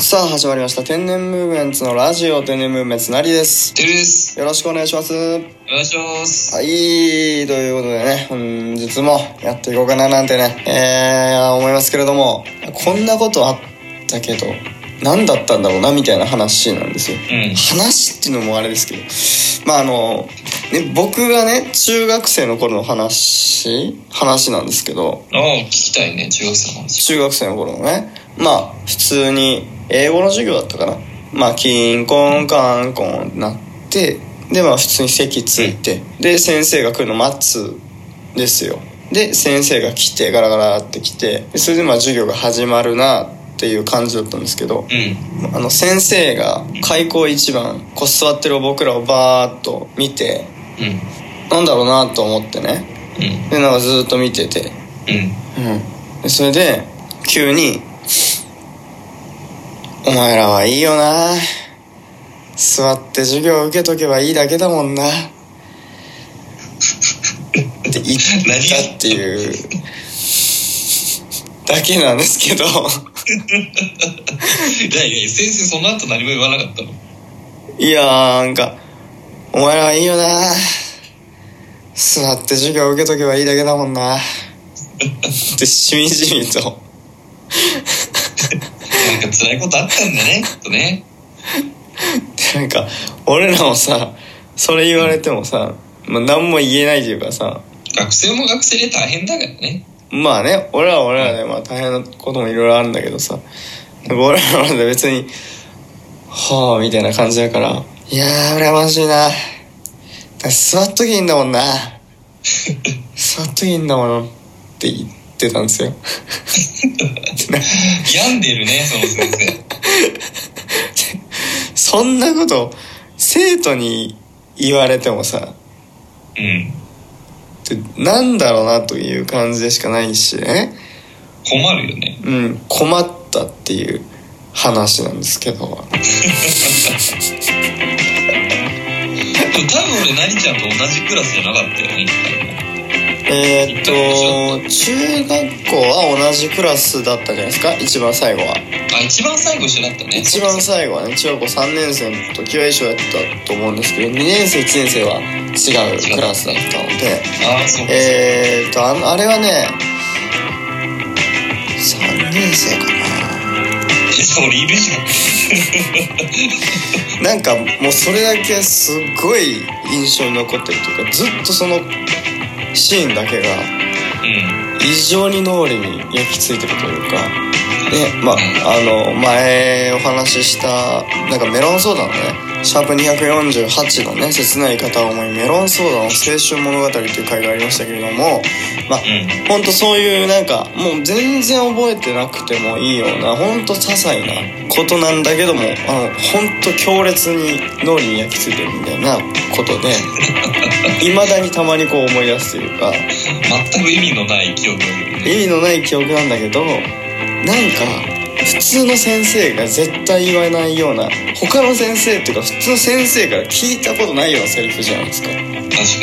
さあ始まりました天然ムーブメンツのラジオ天然ムーブメンツなりですてるです。よろしくお願いしますはお願いします。いということでね本日もやっていこうかななんてねえー、思いますけれどもこんなことあったけど何だったんだろうなみたいな話なんですようん。話っていうのもあれですけどまああの、ね、僕がね中学生の頃の話話なんですけどああ、聞きたいね、中学生の話。中学生の頃のねまあ普通に英語の授業だったかなまあキンコンカンコンってなってでまあ普通に席ついて、で先生が来るの待つですよで先生が来てガラガラって来てでそれでまあ授業が始まるなっていう感じだったんですけどうん。あの先生が開口一番こう座ってる僕らをバーッと見てうん。なんだろうなと思ってねうん。でなんかずっと見ててうん。うん、でそれで急に「お前らはいいよな座って授業受けとけばいいだけだもんな」って言ったっていうだけなんですけどいやいや、先生その後何も言わなかったの。いやーなんか「お前らはいいよな座って授業受けとけばいいだけだもんな」ってしみじみと。なんか辛いことあったんだね、き っとね。なんか俺らもさそれ言われてもさ、まあ、何も言えないというかさ学生も学生で大変だからね。まあね俺らは俺らで、まあ、大変なこともいろいろあるんだけどさなんか俺らは俺らで別に「はあ」みたいな感じだからいやー羨ましいなだって座っときゃいいんだもんな座っときゃいいんだもんって言ってたんですよ病んでるね、その先生。そんなこと生徒に言われてもさうん。ってなんだろうなという感じでしかないしね困るよね。うん困ったっていう話なんですけどでも多分俺、なりちゃんと同じクラスじゃなかったよね、一回も。えーっと中学校は同じクラスだったじゃないですか一番最後はあ、一番最後一緒だったね。一番最後はね中学校3年生の時は一緒だったと思うんですけど2年生1年生は違うクラスだったのでああ、そうか。えーっとあのあれはね3年生かなそれいるじゃん。なんかもうそれだけすごい印象に残ってるというかずっとそのシーンだけがうん。異常に脳裏に焼き付いてるというかでまああの前お話ししたなんかメロンソーダのねシャープ248のね切ない片思いメロンソーダの青春物語という回がありましたけれどもまあうん。ほんとそういうなんかもう全然覚えてなくてもいいようなほんと些細なことなんだけどもあのほんと強烈に脳裏に焼き付いてるみたいなことで未だにたまにこう思い出すというか全く意味のない記憶だけどね。意味のない記憶なんだけどなんか普通の先生が絶対言わないような他の先生っていうか普通の先生から聞いたことないようなセリフじゃないですか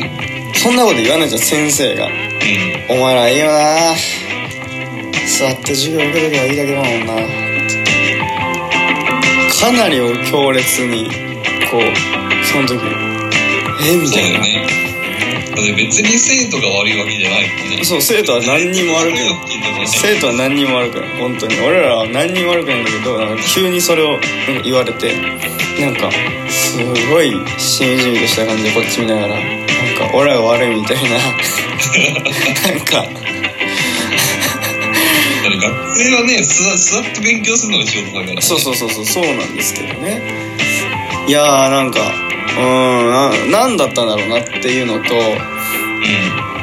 確かに。そんなこと言わないじゃん先生がうん。お前らいいよな座って授業受けとけばいいだけだもんなかなりを強烈にこうその時えみそうただいよなね。だって別に生徒が悪いわけじゃないもんね。そう生徒は何にも悪くない生徒は何にも悪くない本当に俺らは何にも悪くないんだけどなんか急にそれをなんか言われてなんかすごいしみじみとした感じでこっち見ながらなんか俺らが悪いみたいななんかだから学生はね座、座って勉強するのが仕事だから、ね。そうう。そうそうそうそうなんですけどねいやーなんかうーんななんだったんだろうなっていうのとうん。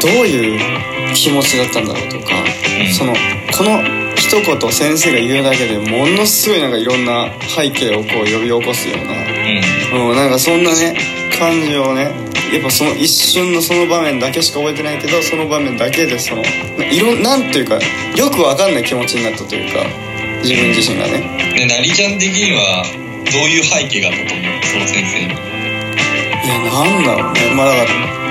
どういう気持ちだったんだろうとか、うんそのこの一言先生が言うだけでものすごいなんかいろんな背景をこう呼び起こすようなうん。うん、なんかそんなね感じをねやっぱその一瞬のその場面だけしか覚えてないけどその場面だけでそのないろんなんていうかよくわかんない気持ちになったというか自分自身がねで、なりちゃん的には、どういう背景があったと思うその先生に。いやなんだろうねまあだから